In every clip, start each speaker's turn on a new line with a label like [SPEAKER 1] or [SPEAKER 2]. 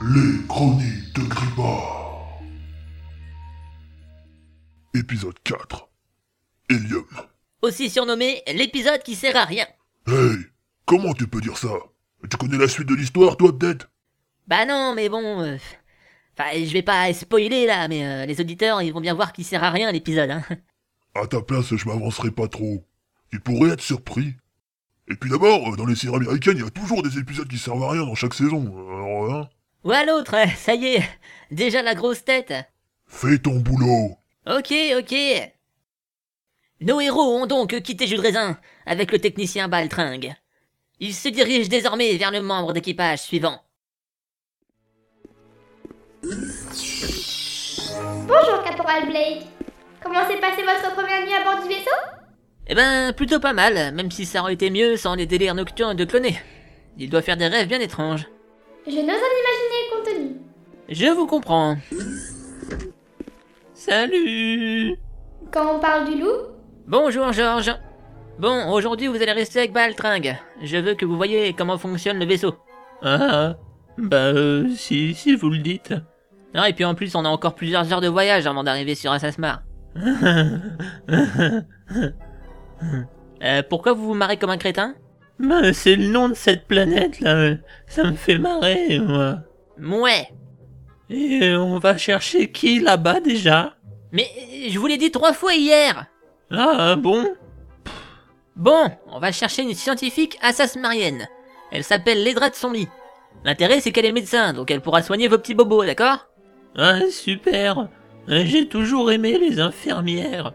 [SPEAKER 1] Les chroniques de Gribard. Épisode 4. Helium.
[SPEAKER 2] Aussi surnommé l'épisode qui sert à rien.
[SPEAKER 1] Hey, comment tu peux dire ça Tu connais la suite de l'histoire, toi, peut-être
[SPEAKER 2] Bah non, mais bon. euh, Enfin, je vais pas spoiler là, mais euh, les auditeurs, ils vont bien voir qu'il sert à rien l'épisode. Hein.
[SPEAKER 1] À ta place, je m'avancerai pas trop. Tu pourrais être surpris. Et puis d'abord, euh, dans les séries américaines, il y a toujours des épisodes qui servent à rien dans chaque saison. Alors, hein
[SPEAKER 2] Ou à l'autre, hein, ça y est, déjà la grosse tête.
[SPEAKER 1] Fais ton boulot.
[SPEAKER 2] Ok, ok. Nos héros ont donc quitté Jules Raisin avec le technicien Baltringue. Ils se dirigent désormais vers le membre d'équipage suivant.
[SPEAKER 3] Bonjour, Caporal Blake. Comment s'est passée votre première nuit à bord du vaisseau
[SPEAKER 2] Eh ben, plutôt pas mal, même si ça aurait été mieux sans les délires nocturnes de cloner. Il doit faire des rêves bien étranges.
[SPEAKER 3] Je n'ose en imaginer le contenu.
[SPEAKER 2] Je vous comprends. Salut
[SPEAKER 3] Quand on parle du loup,
[SPEAKER 2] Bonjour Georges. Bon, aujourd'hui vous allez rester avec Baltringue. Je veux que vous voyez comment fonctionne le vaisseau.
[SPEAKER 4] Ah, bah euh, si, si vous le dites.
[SPEAKER 2] Non, et puis en plus on a encore plusieurs heures de voyage avant d'arriver sur Assasmar. Euh, pourquoi vous vous marrez comme un crétin
[SPEAKER 4] bah c'est le nom de cette planète là, ça me fait marrer moi.
[SPEAKER 2] Mouais.
[SPEAKER 4] Et euh, on va chercher qui là-bas déjà
[SPEAKER 2] Mais euh, je vous l'ai dit trois fois hier
[SPEAKER 4] Ah bon
[SPEAKER 2] Bon, on va chercher une scientifique assasmarienne. Elle s'appelle Ledra de son lit. L'intérêt c'est qu'elle est médecin, donc elle pourra soigner vos petits bobos, d'accord
[SPEAKER 4] Ah super, Euh, j'ai toujours aimé les infirmières.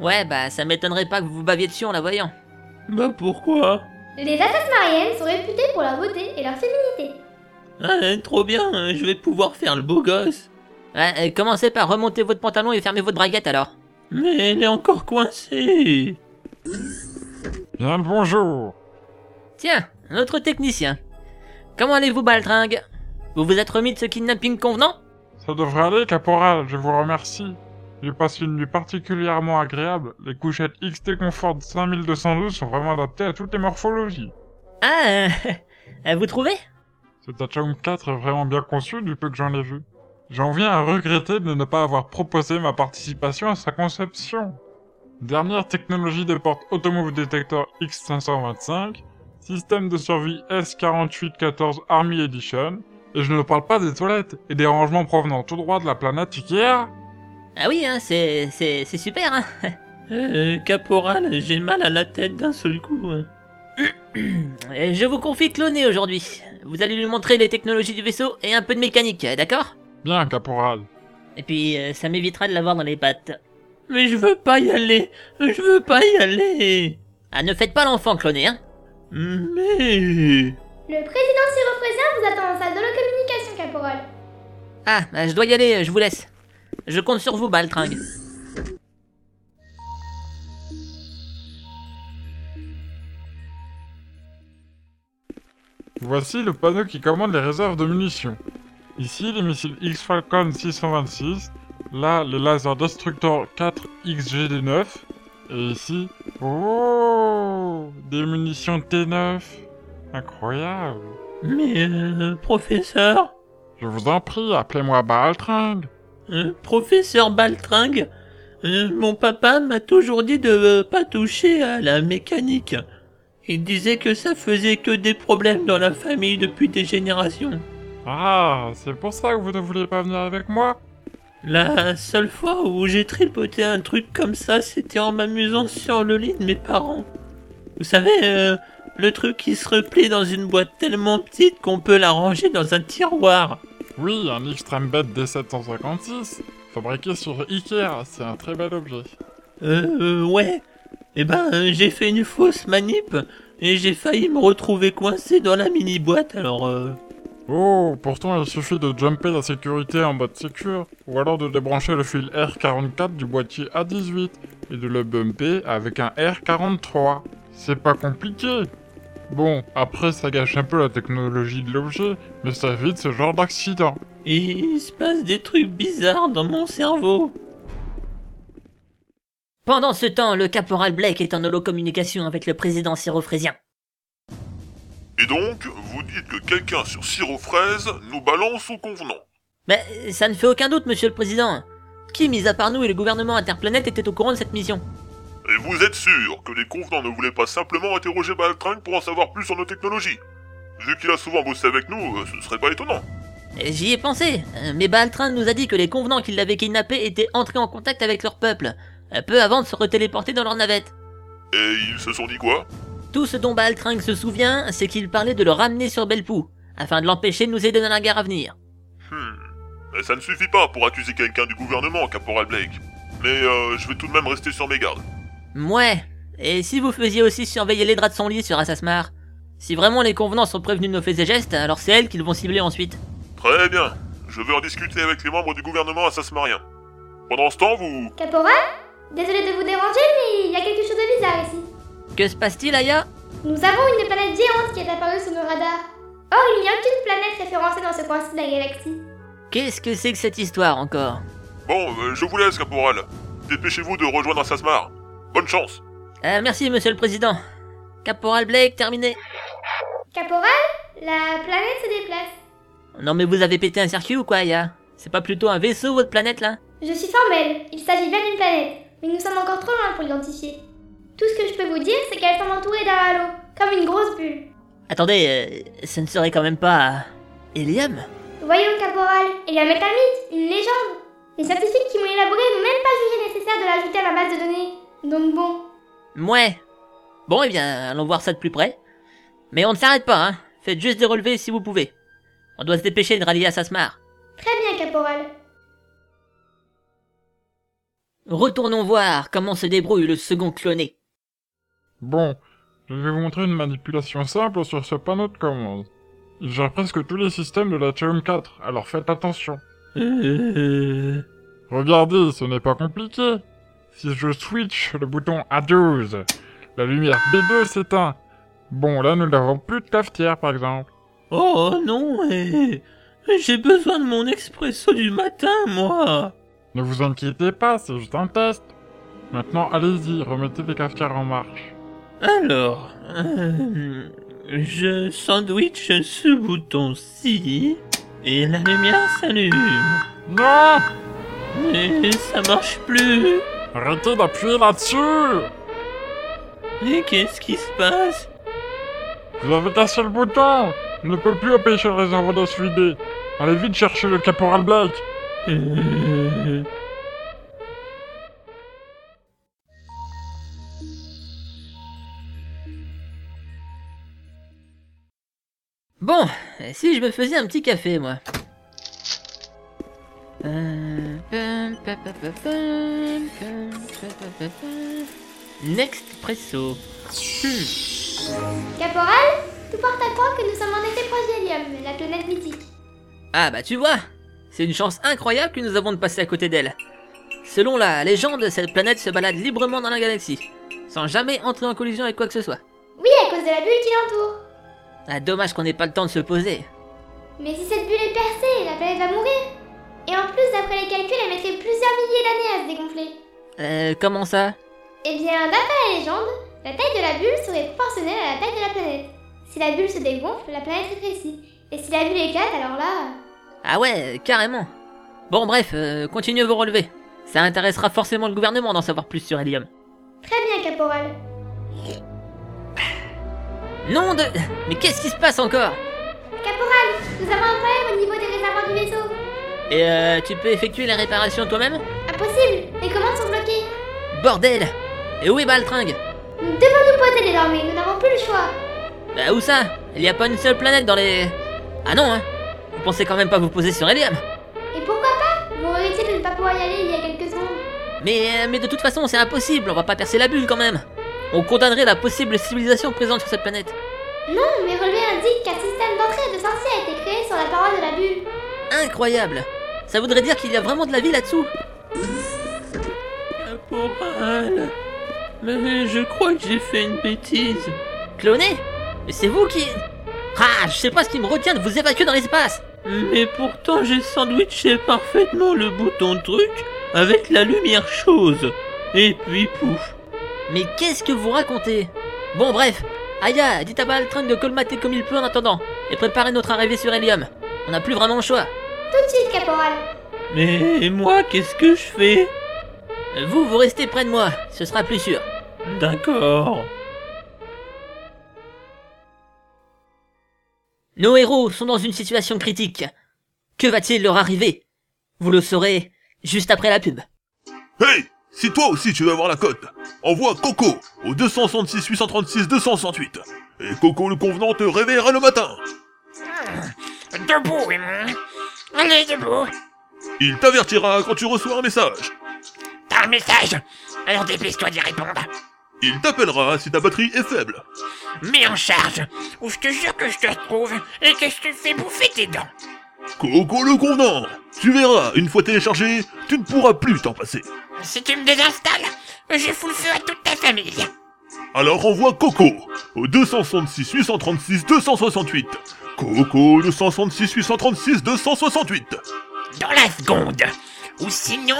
[SPEAKER 2] Ouais, bah ça m'étonnerait pas que vous vous baviez dessus en la voyant.
[SPEAKER 4] Bah pourquoi
[SPEAKER 3] les Assasmariennes sont réputées pour leur beauté et leur féminité.
[SPEAKER 4] ah, Trop bien, euh, je vais pouvoir faire le beau gosse.
[SPEAKER 2] Ouais, euh, commencez par remonter votre pantalon et fermer votre braguette alors.
[SPEAKER 4] Mais elle est encore coincée.
[SPEAKER 5] Bien le bonjour.
[SPEAKER 2] Tiens, notre technicien. Comment allez-vous, Baltringue Vous vous êtes remis de ce kidnapping convenant
[SPEAKER 5] Ça devrait aller, caporal, je vous remercie. J'ai passé une nuit particulièrement agréable. Les couchettes XT Comfort 5212 sont vraiment adaptées à toutes les morphologies.
[SPEAKER 2] Ah, euh, euh, vous trouvez
[SPEAKER 5] Ce Tachaum 4 est vraiment bien conçu du peu que j'en ai vu. J'en viens à regretter de ne pas avoir proposé ma participation à sa conception. Dernière technologie des portes Automove Detector X525, système de survie S4814 Army Edition, et je ne parle pas des toilettes et des rangements provenant tout droit de la planète Ikea.
[SPEAKER 2] Ah oui, hein, c'est, c'est, c'est super, hein
[SPEAKER 4] Euh, caporal, j'ai mal à la tête d'un seul coup. hein.
[SPEAKER 2] Euh, Je vous confie cloner aujourd'hui. Vous allez lui montrer les technologies du vaisseau et un peu de mécanique, euh, d'accord
[SPEAKER 5] Bien, caporal.
[SPEAKER 2] Et puis, euh, ça m'évitera de l'avoir dans les pattes.
[SPEAKER 4] Mais je veux pas y aller, je veux pas y aller.
[SPEAKER 2] Ah, ne faites pas l'enfant cloner, hein
[SPEAKER 4] Mais
[SPEAKER 3] Le président syrophrésien vous attend en salle de la communication, Caporal.
[SPEAKER 2] Ah, euh, je dois y aller, euh, je vous laisse. Je compte sur vous, Baltringue.
[SPEAKER 5] Voici le panneau qui commande les réserves de munitions. Ici, les missiles X-Falcon 626, là, les lasers Destructor 4XGD9, et ici, oh, des munitions T9. Incroyable.
[SPEAKER 4] mais euh, professeur,
[SPEAKER 5] Je vous en prie, appelez-moi Baltring.
[SPEAKER 4] euh, professeur Baltringue, euh, mon papa m'a toujours dit de euh, pas toucher à la mécanique. Il disait que ça faisait que des problèmes dans la famille depuis des générations.
[SPEAKER 5] Ah, c'est pour ça que vous ne voulez pas venir avec moi
[SPEAKER 4] La seule fois où j'ai tripoté un truc comme ça, c'était en m'amusant sur le lit de mes parents. Vous savez, euh, le truc qui se replie dans une boîte tellement petite qu'on peut la ranger dans un tiroir.
[SPEAKER 5] Oui, un Extreme Bed D756, fabriqué sur Ikea, c'est un très bel objet.
[SPEAKER 4] Euh, euh, ouais. Eh ben, euh, j'ai fait une fausse manip et j'ai failli me retrouver coincé dans la mini-boîte, alors... Euh...
[SPEAKER 5] Oh, pourtant il suffit de jumper la sécurité en mode secure, ou alors de débrancher le fil R44 du boîtier A18 et de le bumper avec un R43. C'est pas compliqué Bon, après ça gâche un peu la technologie de l'objet, mais ça évite ce genre d'accident.
[SPEAKER 4] Et il se passe des trucs bizarres dans mon cerveau.
[SPEAKER 2] Pendant ce temps, le caporal Blake est en holocommunication avec le président syrophrésien.
[SPEAKER 1] Et donc, vous dites que quelqu'un sur sirop fraise nous balance au convenant.
[SPEAKER 2] Mais euh, ça ne fait aucun doute, monsieur le président. Qui, mis à part nous et le gouvernement Interplanète, était au courant de cette mission
[SPEAKER 1] Et vous êtes sûr que les convenants ne voulaient pas simplement interroger Baltringue pour en savoir plus sur nos technologies Vu qu'il a souvent bossé avec nous, euh, ce serait pas étonnant.
[SPEAKER 2] Euh, J'y ai pensé, euh, mais Baltrin nous a dit que les convenants qui l'avaient kidnappé étaient entrés en contact avec leur peuple, euh, peu avant de se retéléporter dans leur navette.
[SPEAKER 1] Et ils se sont dit quoi
[SPEAKER 2] Tout ce dont Baltring se souvient, c'est qu'il parlait de le ramener sur Belpou, afin de l'empêcher de nous aider dans la guerre à venir.
[SPEAKER 1] Hmm. Mais ça ne suffit pas pour accuser quelqu'un du gouvernement, Caporal Blake. Mais euh, je vais tout de même rester sur mes gardes.
[SPEAKER 2] Mouais, et si vous faisiez aussi surveiller les draps de son lit sur Assasmar Si vraiment les convenants sont prévenus de nos faits et gestes, alors c'est elle qu'ils vont cibler ensuite.
[SPEAKER 1] Très bien. Je vais en discuter avec les membres du gouvernement à Sasmarien. Pendant ce temps, vous...
[SPEAKER 3] Caporal Désolé de vous déranger, mais il y a quelque chose de bizarre ici.
[SPEAKER 2] Que se passe-t-il, Aya
[SPEAKER 3] Nous avons une planète géante qui est apparue sur nos radars. Or, il n'y a aucune planète référencée dans ce coin-ci de la galaxie.
[SPEAKER 2] Qu'est-ce que c'est que cette histoire encore
[SPEAKER 1] Bon, euh, je vous laisse, Caporal. Dépêchez-vous de rejoindre Assasmar. Bonne chance.
[SPEAKER 2] Euh, Merci, monsieur le président. Caporal Blake, terminé.
[SPEAKER 3] Caporal La planète se déplace.
[SPEAKER 2] Non mais vous avez pété un circuit ou quoi, Aya C'est pas plutôt un vaisseau, votre planète, là
[SPEAKER 3] Je suis formelle, il s'agit bien d'une planète, mais nous sommes encore trop loin pour l'identifier. Tout ce que je peux vous dire, c'est qu'elle semble entourée d'un halo, comme une grosse bulle.
[SPEAKER 2] Attendez, euh, ça ne serait quand même pas... euh, Helium
[SPEAKER 3] Voyons, caporal, il y a un métalmite, une légende. Les scientifiques qui m'ont élaboré n'ont même pas jugé nécessaire de l'ajouter à ma base de données. Donc bon,
[SPEAKER 2] Mouais. Bon, eh bien, allons voir ça de plus près. Mais on ne s'arrête pas, hein. Faites juste des relevés si vous pouvez. On doit se dépêcher de rallier à Sasmar.
[SPEAKER 3] très bien, caporal.
[SPEAKER 2] Retournons voir comment se débrouille le second cloné.
[SPEAKER 5] Bon, je vais vous montrer une manipulation simple sur ce panneau de commande. Il gère presque tous les systèmes de la Chum 4, alors faites attention.
[SPEAKER 4] Euh...
[SPEAKER 5] Regardez, ce n'est pas compliqué. Si je switch le bouton A12, la lumière B2 s'éteint. Bon, là, nous n'avons plus de cafetière, par exemple.
[SPEAKER 4] Oh non, eh, j'ai besoin de mon expresso du matin, moi.
[SPEAKER 5] Ne vous inquiétez pas, c'est juste un test. Maintenant, allez-y, remettez les cafetières en marche.
[SPEAKER 4] Alors, euh, je sandwich ce bouton-ci et la lumière s'allume.
[SPEAKER 5] Non
[SPEAKER 4] Mais ça marche plus.
[SPEAKER 5] Arrêtez d'appuyer là-dessus
[SPEAKER 4] Et qu'est-ce qui se passe
[SPEAKER 5] Vous avez cassé le bouton Il ne peut plus empêcher le réservoir de se vider. Allez vite chercher le caporal Black
[SPEAKER 4] Euh,
[SPEAKER 2] Bon, et si je me faisais un petit café, moi Euh, pum, pa, pa, pa, pum, pum, pa, pa, pa, pum. Next presso. Hmm.
[SPEAKER 3] Caporal, tout porte à croire que nous sommes en effet proche d'Hélium, la planète mythique.
[SPEAKER 2] Ah bah tu vois, c'est une chance incroyable que nous avons de passer à côté d'elle. Selon la légende, cette planète se balade librement dans la galaxie, sans jamais entrer en collision avec quoi que ce soit.
[SPEAKER 3] Oui, à cause de la bulle qui l'entoure.
[SPEAKER 2] Ah dommage qu'on n'ait pas le temps de se poser.
[SPEAKER 3] Mais si cette bulle est percée, la planète va mourir. Et en plus, d'après les calculs, elle mettrait plusieurs milliers d'années à se dégonfler.
[SPEAKER 2] Euh, comment ça
[SPEAKER 3] Eh bien, d'après la légende, la taille de la bulle serait proportionnelle à la taille de la planète. Si la bulle se dégonfle, la planète rétrécit. Et si la bulle éclate, alors là...
[SPEAKER 2] Ah ouais, carrément. Bon bref, euh, continuez vos relevés. Ça intéressera forcément le gouvernement d'en savoir plus sur Helium.
[SPEAKER 3] Très bien, caporal.
[SPEAKER 2] Non de... Mais qu'est-ce qui se passe encore
[SPEAKER 3] Caporal, nous avons un problème au niveau des réservoirs du vaisseau.
[SPEAKER 2] Et euh, tu peux effectuer la réparation toi-même
[SPEAKER 3] Impossible, les commandes sont bloquées.
[SPEAKER 2] Bordel Et où est Baltringue
[SPEAKER 3] Nous devons nous poser désormais, nous n'avons plus le choix.
[SPEAKER 2] Bah où ça Il n'y a pas une seule planète dans les... Ah non, hein Vous pensez quand même pas vous poser sur Helium
[SPEAKER 3] Et pourquoi pas Vous regrettez de ne pas pouvoir y aller il y a quelques secondes.
[SPEAKER 2] Mais, euh, mais de toute façon, c'est impossible, on va pas percer la bulle quand même. On condamnerait la possible civilisation présente sur cette planète.
[SPEAKER 3] Non, mes relevés indiquent qu'un système d'entrée et de sortie a été créé sur la paroi de la bulle.
[SPEAKER 2] Incroyable Ça voudrait dire qu'il y a vraiment de la vie là-dessous
[SPEAKER 4] Caporal. Mais je crois que j'ai fait une bêtise.
[SPEAKER 2] Cloné Mais c'est vous qui... Ah, je sais pas ce qui me retient de vous évacuer dans l'espace
[SPEAKER 4] Mais pourtant j'ai sandwiché parfaitement le bouton truc avec la lumière chose. Et puis pouf.
[SPEAKER 2] Mais qu'est-ce que vous racontez Bon bref, Aya, dites à Baltron de colmater comme il peut en attendant, et préparez notre arrivée sur Helium. On n'a plus vraiment le choix.
[SPEAKER 3] Tout de suite, caporal.
[SPEAKER 4] Mais moi, qu'est-ce que je fais
[SPEAKER 2] Vous, vous restez près de moi, ce sera plus sûr.
[SPEAKER 4] D'accord.
[SPEAKER 2] Nos héros sont dans une situation critique. Que va-t-il leur arriver Vous le saurez juste après la pub.
[SPEAKER 6] Hey Si toi aussi tu veux avoir la cote, envoie Coco au 266 836 268. Et Coco le convenant te réveillera le matin.
[SPEAKER 7] Debout, Raymond. Allez, debout.
[SPEAKER 6] Il t'avertira quand tu reçois un message.
[SPEAKER 7] T'as un message Alors dépêche-toi d'y répondre.
[SPEAKER 6] Il t'appellera si ta batterie est faible.
[SPEAKER 7] Mets en charge, ou je te jure que je te retrouve et que je te fais bouffer tes dents.
[SPEAKER 6] Coco le convenant Tu verras, une fois téléchargé, tu ne pourras plus t'en passer.
[SPEAKER 7] Si tu me désinstalles, je fous le feu à toute ta famille.
[SPEAKER 6] Alors envoie Coco au 266 836 268. Coco 266 836 268.
[SPEAKER 7] Dans la seconde. Ou sinon...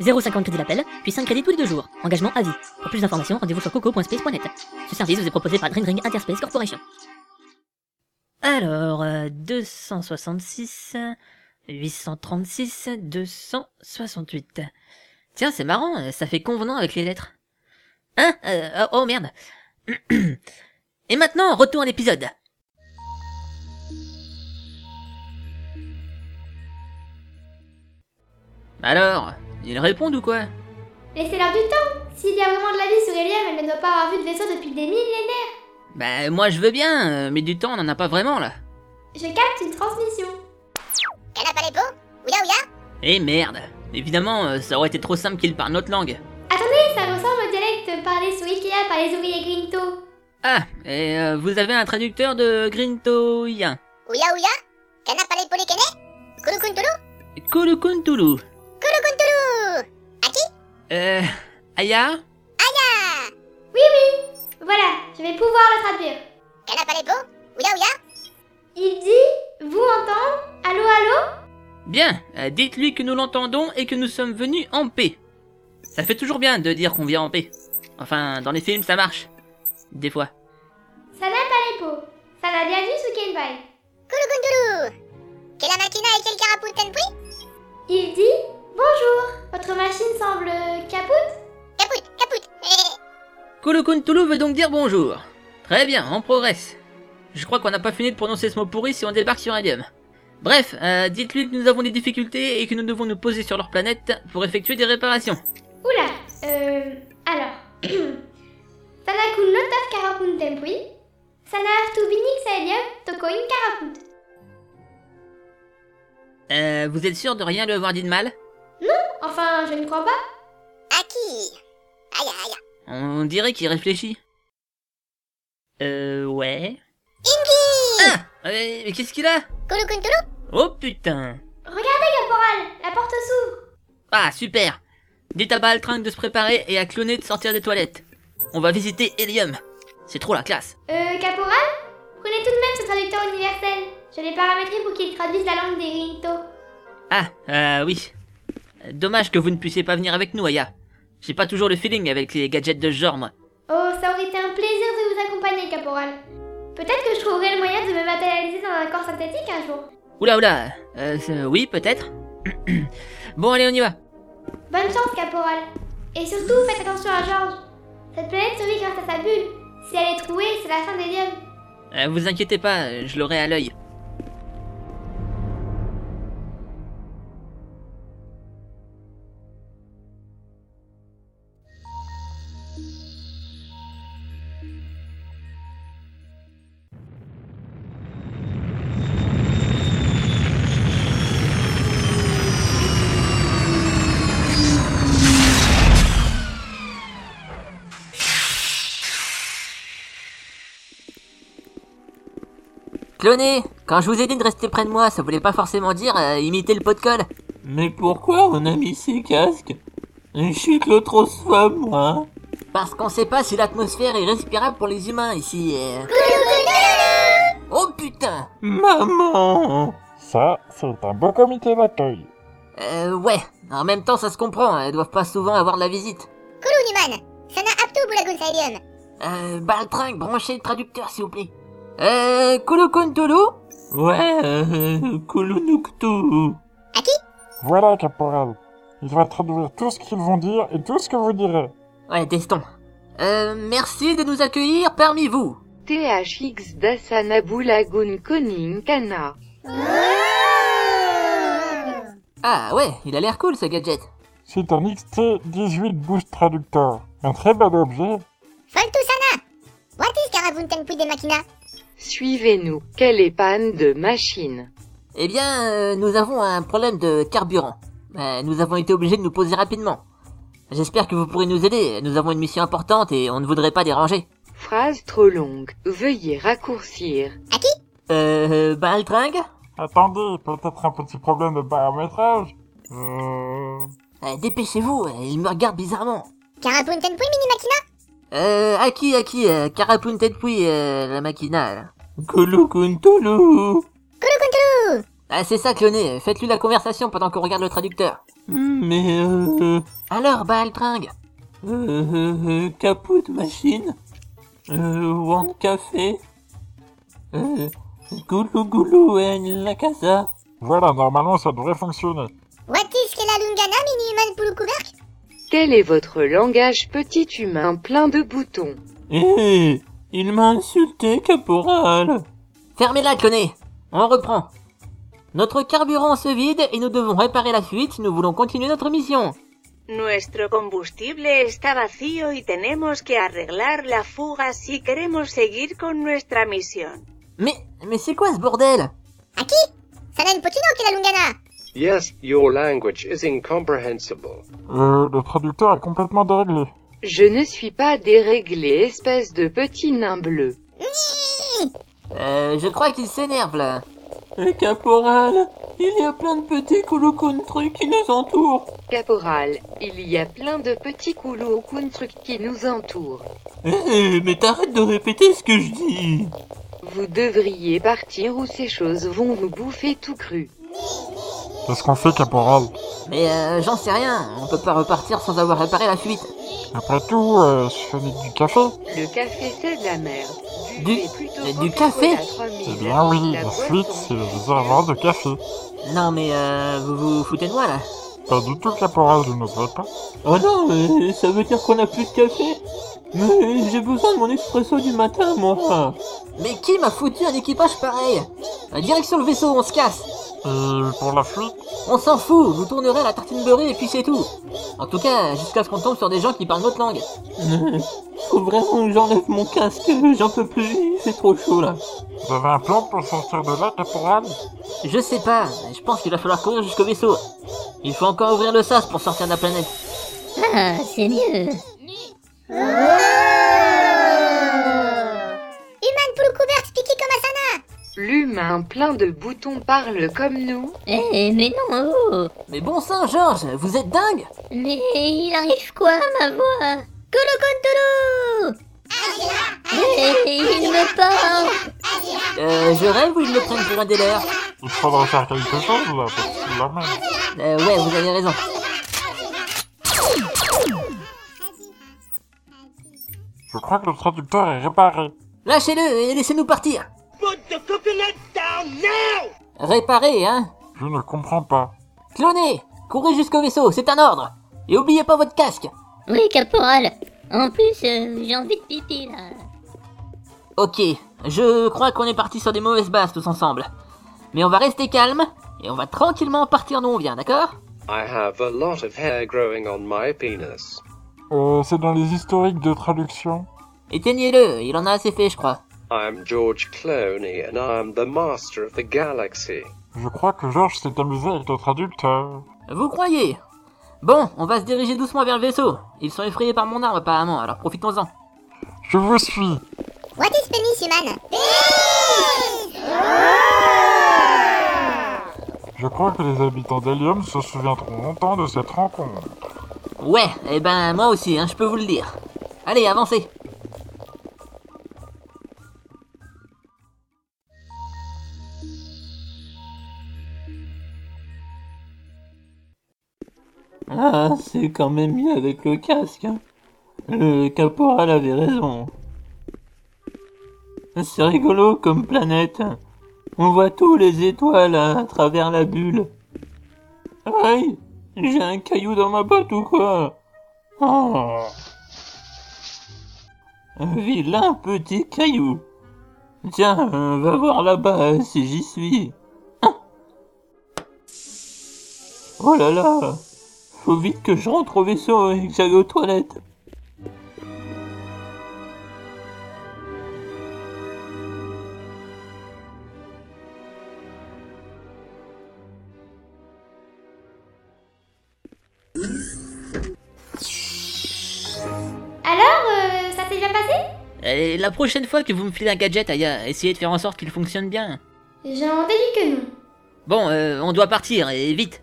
[SPEAKER 8] 0,50 crédits l'appel, puis 5 crédits tous les deux jours. Engagement à vie. Pour plus d'informations, rendez-vous sur coco.space.net. Ce service vous est proposé par Green Ring Interspace Corporation.
[SPEAKER 2] Alors, euh, 266, 836, 268. Tiens, c'est marrant, euh, ça fait convenant avec les lettres. Hein Euh, Oh oh, merde. Et maintenant, retour à l'épisode. Alors, ils répondent ou quoi
[SPEAKER 3] Laissez-leur du temps. S'il y a vraiment de la vie sur Helium, elle ne doit pas avoir vu de vaisseau depuis des millénaires.
[SPEAKER 2] Bah moi je veux bien, euh, mais du temps on en a pas vraiment là.
[SPEAKER 3] Je capte une transmission.
[SPEAKER 9] Canapalepo Ouya ouya
[SPEAKER 2] Eh merde Évidemment, euh, ça aurait été trop simple qu'ils parlent notre langue.
[SPEAKER 3] Et ça ressemble au dialecte parlé sur Ikea par les ouvriers Grinto.
[SPEAKER 2] Ah, et euh, vous avez un traducteur de Grintoyen.
[SPEAKER 9] Ouya ouya Canapalepo les kene Kurukuntulu
[SPEAKER 2] Kulukuntulu.
[SPEAKER 9] Kurukuntulu
[SPEAKER 2] Euh... Aya
[SPEAKER 3] Voilà, je vais pouvoir le traduire.
[SPEAKER 9] Canapalepo Ouya ouya
[SPEAKER 3] Il dit Vous entendre Allô, allô
[SPEAKER 2] Bien, euh, dites-lui que nous l'entendons et que nous sommes venus en paix. Ça fait toujours bien de dire qu'on vient en paix. Enfin, dans les films ça marche. Des fois.
[SPEAKER 3] Salam Palepo. Salam bienvenue sous Kenbai.
[SPEAKER 9] Kurukuntulu Que la machina et quel carapulten pri
[SPEAKER 3] Il dit Bonjour, votre machine semble capote
[SPEAKER 9] Caput caput Eh,
[SPEAKER 2] Kulukuntulu veut donc dire bonjour. Très bien, on progresse. Je crois qu'on n'a pas fini de prononcer ce mot pourri si on débarque sur Alien. Bref, euh, dites-lui que nous avons des difficultés et que nous devons nous poser sur leur planète pour effectuer des réparations.
[SPEAKER 3] Oula, euh. Alors. Sanakun notaf karapun tempui. Sanar tu binik saelium tokoin karaput.
[SPEAKER 2] Euh, vous êtes sûr de rien lui avoir dit de mal
[SPEAKER 3] Enfin, je ne crois pas.
[SPEAKER 9] Aki Aïe aïe aïe
[SPEAKER 2] On dirait qu'il réfléchit. Euh, ouais.
[SPEAKER 9] Ingi
[SPEAKER 2] Ah euh, Mais qu'est-ce qu'il a
[SPEAKER 9] Kurukuntulu
[SPEAKER 2] Oh putain
[SPEAKER 3] Regardez, caporal, la porte s'ouvre.
[SPEAKER 2] Ah, super Dites à Baltringue de se préparer et à Cloné de sortir des toilettes. On va visiter Helium. C'est trop la classe.
[SPEAKER 3] Euh, caporal Prenez tout de même ce traducteur universel. Je l'ai paramétré pour qu'il traduise la langue des Grinto.
[SPEAKER 2] Ah, euh, oui. Euh, Dommage que vous ne puissiez pas venir avec nous, Aya. J'ai pas toujours le feeling avec les gadgets de ce genre, moi.
[SPEAKER 3] Oh, ça aurait été un plaisir de vous accompagner, caporal. Peut-être que je trouverai le moyen de me matérialiser dans un corps synthétique un jour.
[SPEAKER 2] Oula, oula. Euh, c'est- oui, peut-être. bon, allez, on y va.
[SPEAKER 3] Bonne chance, caporal. Et surtout, faites attention à Georges. Cette planète survit grâce à sa bulle. Si elle est trouée, c'est la fin des lieux.
[SPEAKER 2] Euh, vous inquiétez pas, euh, je l'aurai à l'œil. Cloné, quand je vous ai dit de rester près de moi, ça voulait pas forcément dire euh, imiter le pot de colle.
[SPEAKER 4] Mais pourquoi on a mis ces casques Je suis claustrophobe, moi.
[SPEAKER 2] Parce qu'on sait pas si l'atmosphère est respirable pour les humains ici. euh. Oh putain
[SPEAKER 4] Maman
[SPEAKER 5] Ça, c'est un beau comité d'accueil.
[SPEAKER 2] Euh, ouais, en même hein. temps ça se comprend, elles doivent pas souvent avoir de la visite.
[SPEAKER 9] Kuru Numan Sana aptu bulagun saelium
[SPEAKER 2] Euh, Baltringue, branchez le traducteur, s'il vous plaît. Euh, Kolokontolo
[SPEAKER 4] Ouais, euh, Kulunuktu.
[SPEAKER 5] Voilà, caporal. Il va traduire tout ce qu'ils vont dire et tout ce que vous direz.
[SPEAKER 2] Ouais, testons. Euh, merci de nous accueillir parmi vous.
[SPEAKER 10] THX Dasanabulagun Koning Kana.
[SPEAKER 2] Ah ouais, il a l'air cool ce gadget.
[SPEAKER 5] C'est un XT18 Boost Traductor. Un très bel objet.
[SPEAKER 3] Foltusana What is Karabuntan Pui de Makina
[SPEAKER 10] Suivez-nous. Quelle est panne de machine
[SPEAKER 2] Eh bien, euh, nous avons un problème de carburant. Euh, nous avons été obligés de nous poser rapidement. J'espère que vous pourrez nous aider. Nous avons une mission importante et on ne voudrait pas déranger.
[SPEAKER 10] Phrase trop longue. Veuillez raccourcir.
[SPEAKER 2] Euh, Baltringue
[SPEAKER 5] Attendez, peut-être un petit problème de paramétrage Euh...
[SPEAKER 2] Euh, Dépêchez-vous, euh, il me regarde bizarrement.
[SPEAKER 3] Karabuntan Pui Mini Makina
[SPEAKER 2] Euh, à qui, à qui, euh, Carapuntet Pui, euh, la machina, là.
[SPEAKER 4] Kulukuntulu.
[SPEAKER 3] Kulukuntulu
[SPEAKER 2] Ah, c'est ça, cloné, faites-lui la conversation pendant qu'on regarde le traducteur.
[SPEAKER 4] Hmm, Mais euh,
[SPEAKER 2] Alors, Baltringue
[SPEAKER 4] euh, euh, Caput Machine. Euh, One Café. Euh, Goulou Goulou en la Casa.
[SPEAKER 5] Voilà, normalement ça devrait fonctionner.
[SPEAKER 3] What is Kelalungana Mini Human Pulukuberk
[SPEAKER 10] Quel est votre langage petit humain plein de boutons
[SPEAKER 4] Eh, il m'a insulté, caporal.
[SPEAKER 2] Fermez-la, cloné On reprend. Notre carburant se vide et nous devons réparer la fuite si nous voulons continuer notre mission.
[SPEAKER 11] Nuestro combustible está vacío y tenemos que arreglar la fuga si queremos seguir con nuestra misión.
[SPEAKER 2] Mais, mais c'est quoi ce bordel
[SPEAKER 3] Aki Sana Imputino Kelalungana
[SPEAKER 7] Yes, your language is incomprehensible.
[SPEAKER 5] Euh, le traducteur est complètement déréglé.
[SPEAKER 10] Je ne suis pas déréglé, espèce de petit nain bleu.
[SPEAKER 2] Euh, je crois qu'il s'énerve, là.
[SPEAKER 4] Eh, caporal, il y a plein de petits Kulukuntru qui nous entourent.
[SPEAKER 10] Caporal, il y a plein de petits coulous trucs qui nous entourent.
[SPEAKER 4] Eh, mais t'arrêtes de répéter ce que je dis.
[SPEAKER 10] Vous devriez partir ou ces choses vont vous bouffer tout cru.
[SPEAKER 5] Qu'est-ce qu'on fait, caporal
[SPEAKER 2] Mais euh, j'en sais rien, on peut pas repartir sans avoir réparé la fuite.
[SPEAKER 5] Après tout, euh, ce n'est que du café.
[SPEAKER 10] Le café, c'est de la merde.
[SPEAKER 2] Du-
[SPEAKER 10] c'est plutôt
[SPEAKER 2] du café
[SPEAKER 10] Coca-Cola 3000.
[SPEAKER 5] Eh bien oui,
[SPEAKER 10] La
[SPEAKER 5] la
[SPEAKER 10] boisson
[SPEAKER 5] fuite, c'est les erreurs de café.
[SPEAKER 2] Non mais euh, vous vous foutez de moi là
[SPEAKER 5] Pas du tout, caporal, je ne vois pas.
[SPEAKER 4] Oh non, mais ça veut dire qu'on a plus de café Mais j'ai besoin de mon expresso du matin, moi
[SPEAKER 2] Mais qui m'a foutu un équipage pareil Euh, Direction le vaisseau, on se casse
[SPEAKER 5] Et pour la fuite
[SPEAKER 2] On s'en fout, vous tournerez à la tartine beurrée et puis c'est tout En tout cas, jusqu'à ce qu'on tombe sur des gens qui parlent notre langue.
[SPEAKER 4] Euh, Faut vraiment que j'enlève mon casque, j'en peux plus, il fait trop chaud là.
[SPEAKER 5] Vous avez un plan pour sortir de là, caporal
[SPEAKER 2] Je sais pas, je pense qu'il va falloir courir jusqu'au vaisseau. Il faut encore ouvrir le sas pour sortir de la planète.
[SPEAKER 8] Ah, c'est mieux.
[SPEAKER 3] Human Pulukuberk Spiki Komasana
[SPEAKER 10] L'humain plein de boutons parle comme nous.
[SPEAKER 8] Eh, mais non, oh.
[SPEAKER 2] Mais bon sang, Georges, vous êtes dingue
[SPEAKER 8] Mais il arrive quoi à ma voix Kolokontolo Eh, il me parle
[SPEAKER 2] Euh, je rêve ou ils me prennent pour un des leurs
[SPEAKER 5] Il faudra faire quelque chose, là, parce qu'il la même.
[SPEAKER 2] Euh, ouais, vous avez raison.
[SPEAKER 5] Je crois que le traducteur est réparé.
[SPEAKER 2] Lâchez-le et laissez-nous partir
[SPEAKER 12] Put the coconut down now!
[SPEAKER 2] Réparez, hein
[SPEAKER 5] Je ne comprends pas.
[SPEAKER 2] Clonez Courez jusqu'au vaisseau, c'est un ordre Et oubliez pas votre casque
[SPEAKER 8] Oui, caporal. En plus, euh, j'ai envie de pipi là.
[SPEAKER 2] Ok, je crois qu'on est parti sur des mauvaises bases tous ensemble. Mais on va rester calme, et on va tranquillement partir d'où on vient, d'accord
[SPEAKER 7] I have a lot of hair growing on my penis.
[SPEAKER 5] Euh, c'est dans les historiques de traduction.
[SPEAKER 2] Éteignez-le, il en a assez fait, je crois.
[SPEAKER 7] I'm George Clooney and I'm the master of the galaxy.
[SPEAKER 5] Je crois que Georges s'est amusé avec le traducteur.
[SPEAKER 2] Vous croyez Bon, on va se diriger doucement vers le vaisseau. Ils sont effrayés par mon arme apparemment, alors profitons-en.
[SPEAKER 5] Je vous suis.
[SPEAKER 3] What is Penis Human
[SPEAKER 5] Je crois que les habitants d'Elium se souviendront longtemps de cette rencontre.
[SPEAKER 2] Ouais, eh ben moi aussi, hein, je peux vous le dire. Allez, avancez
[SPEAKER 4] Ah, c'est quand même mieux avec le casque. hein. Le caporal avait raison. C'est rigolo comme planète. On voit tous les étoiles à travers la bulle. Aïe, j'ai un caillou dans ma botte ou quoi Oh Un vilain petit caillou. Tiens, euh, va voir là-bas si j'y suis. Ah. Oh là là Faut vite que je rentre au vaisseau et que j'aille aux toilettes.
[SPEAKER 3] Alors, euh, ça s'est bien passé
[SPEAKER 2] Et Eh, la prochaine fois que vous me filez un gadget, Aya, essayez de faire en sorte qu'il fonctionne bien.
[SPEAKER 3] J'ai entendu que non.
[SPEAKER 2] Bon, euh, on doit partir, et vite.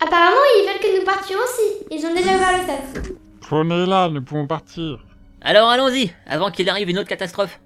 [SPEAKER 3] Apparemment, ils veulent que nous partions aussi. Ils ont déjà ouvert le sas.
[SPEAKER 5] Prenez là, nous pouvons partir.
[SPEAKER 2] Alors allons-y, avant qu'il arrive une autre catastrophe.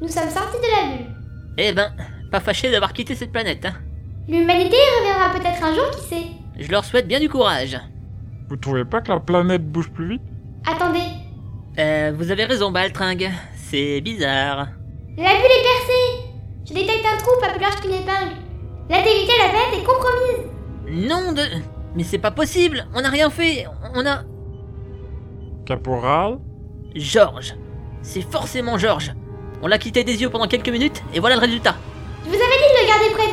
[SPEAKER 3] Nous sommes sortis de la bulle.
[SPEAKER 2] Eh ben, pas fâché d'avoir quitté cette planète, hein.
[SPEAKER 3] L'humanité reviendra peut-être un jour, qui sait
[SPEAKER 2] Je leur souhaite bien du courage.
[SPEAKER 5] Vous trouvez pas que la planète bouge plus vite
[SPEAKER 3] Attendez,
[SPEAKER 2] Euh, vous avez raison, Baltringue. C'est bizarre.
[SPEAKER 3] la bulle est percée Je détecte un trou pas plus large qu'une épingle. L'intégrité de la planète est compromise
[SPEAKER 2] Non de... Mais c'est pas possible, on n'a rien fait, on a...
[SPEAKER 5] Caporal
[SPEAKER 2] Georges. C'est forcément Georges. On l'a quitté des yeux pendant quelques minutes, et voilà le résultat.
[SPEAKER 3] Je vous avais dit de le garder près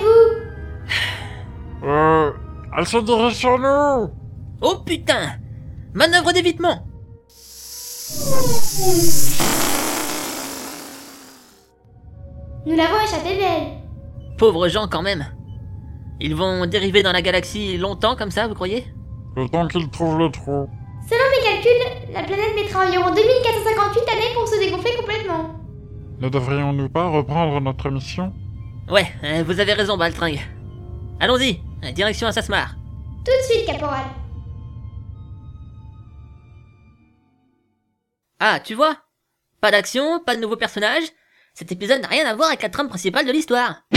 [SPEAKER 3] de vous
[SPEAKER 5] Euh... Elle se dirige sur nous
[SPEAKER 2] Oh putain Manœuvre d'évitement
[SPEAKER 3] Nous l'avons échappé belle
[SPEAKER 2] Pauvres gens quand même. Ils vont dériver dans la galaxie longtemps comme ça, vous croyez
[SPEAKER 5] Le temps qu'ils trouvent le trou.
[SPEAKER 3] Selon mes calculs, la planète mettra environ 2458 années pour se dégonfler complètement.
[SPEAKER 5] Ne devrions-nous pas reprendre notre mission
[SPEAKER 2] Ouais, euh, vous avez raison, Baltringue. Allons-y, euh, direction Assasmar.
[SPEAKER 3] Tout de suite, caporal
[SPEAKER 2] Ah, tu vois Pas d'action, pas de nouveaux personnages. Cet épisode n'a rien à voir avec la trame principale de l'histoire.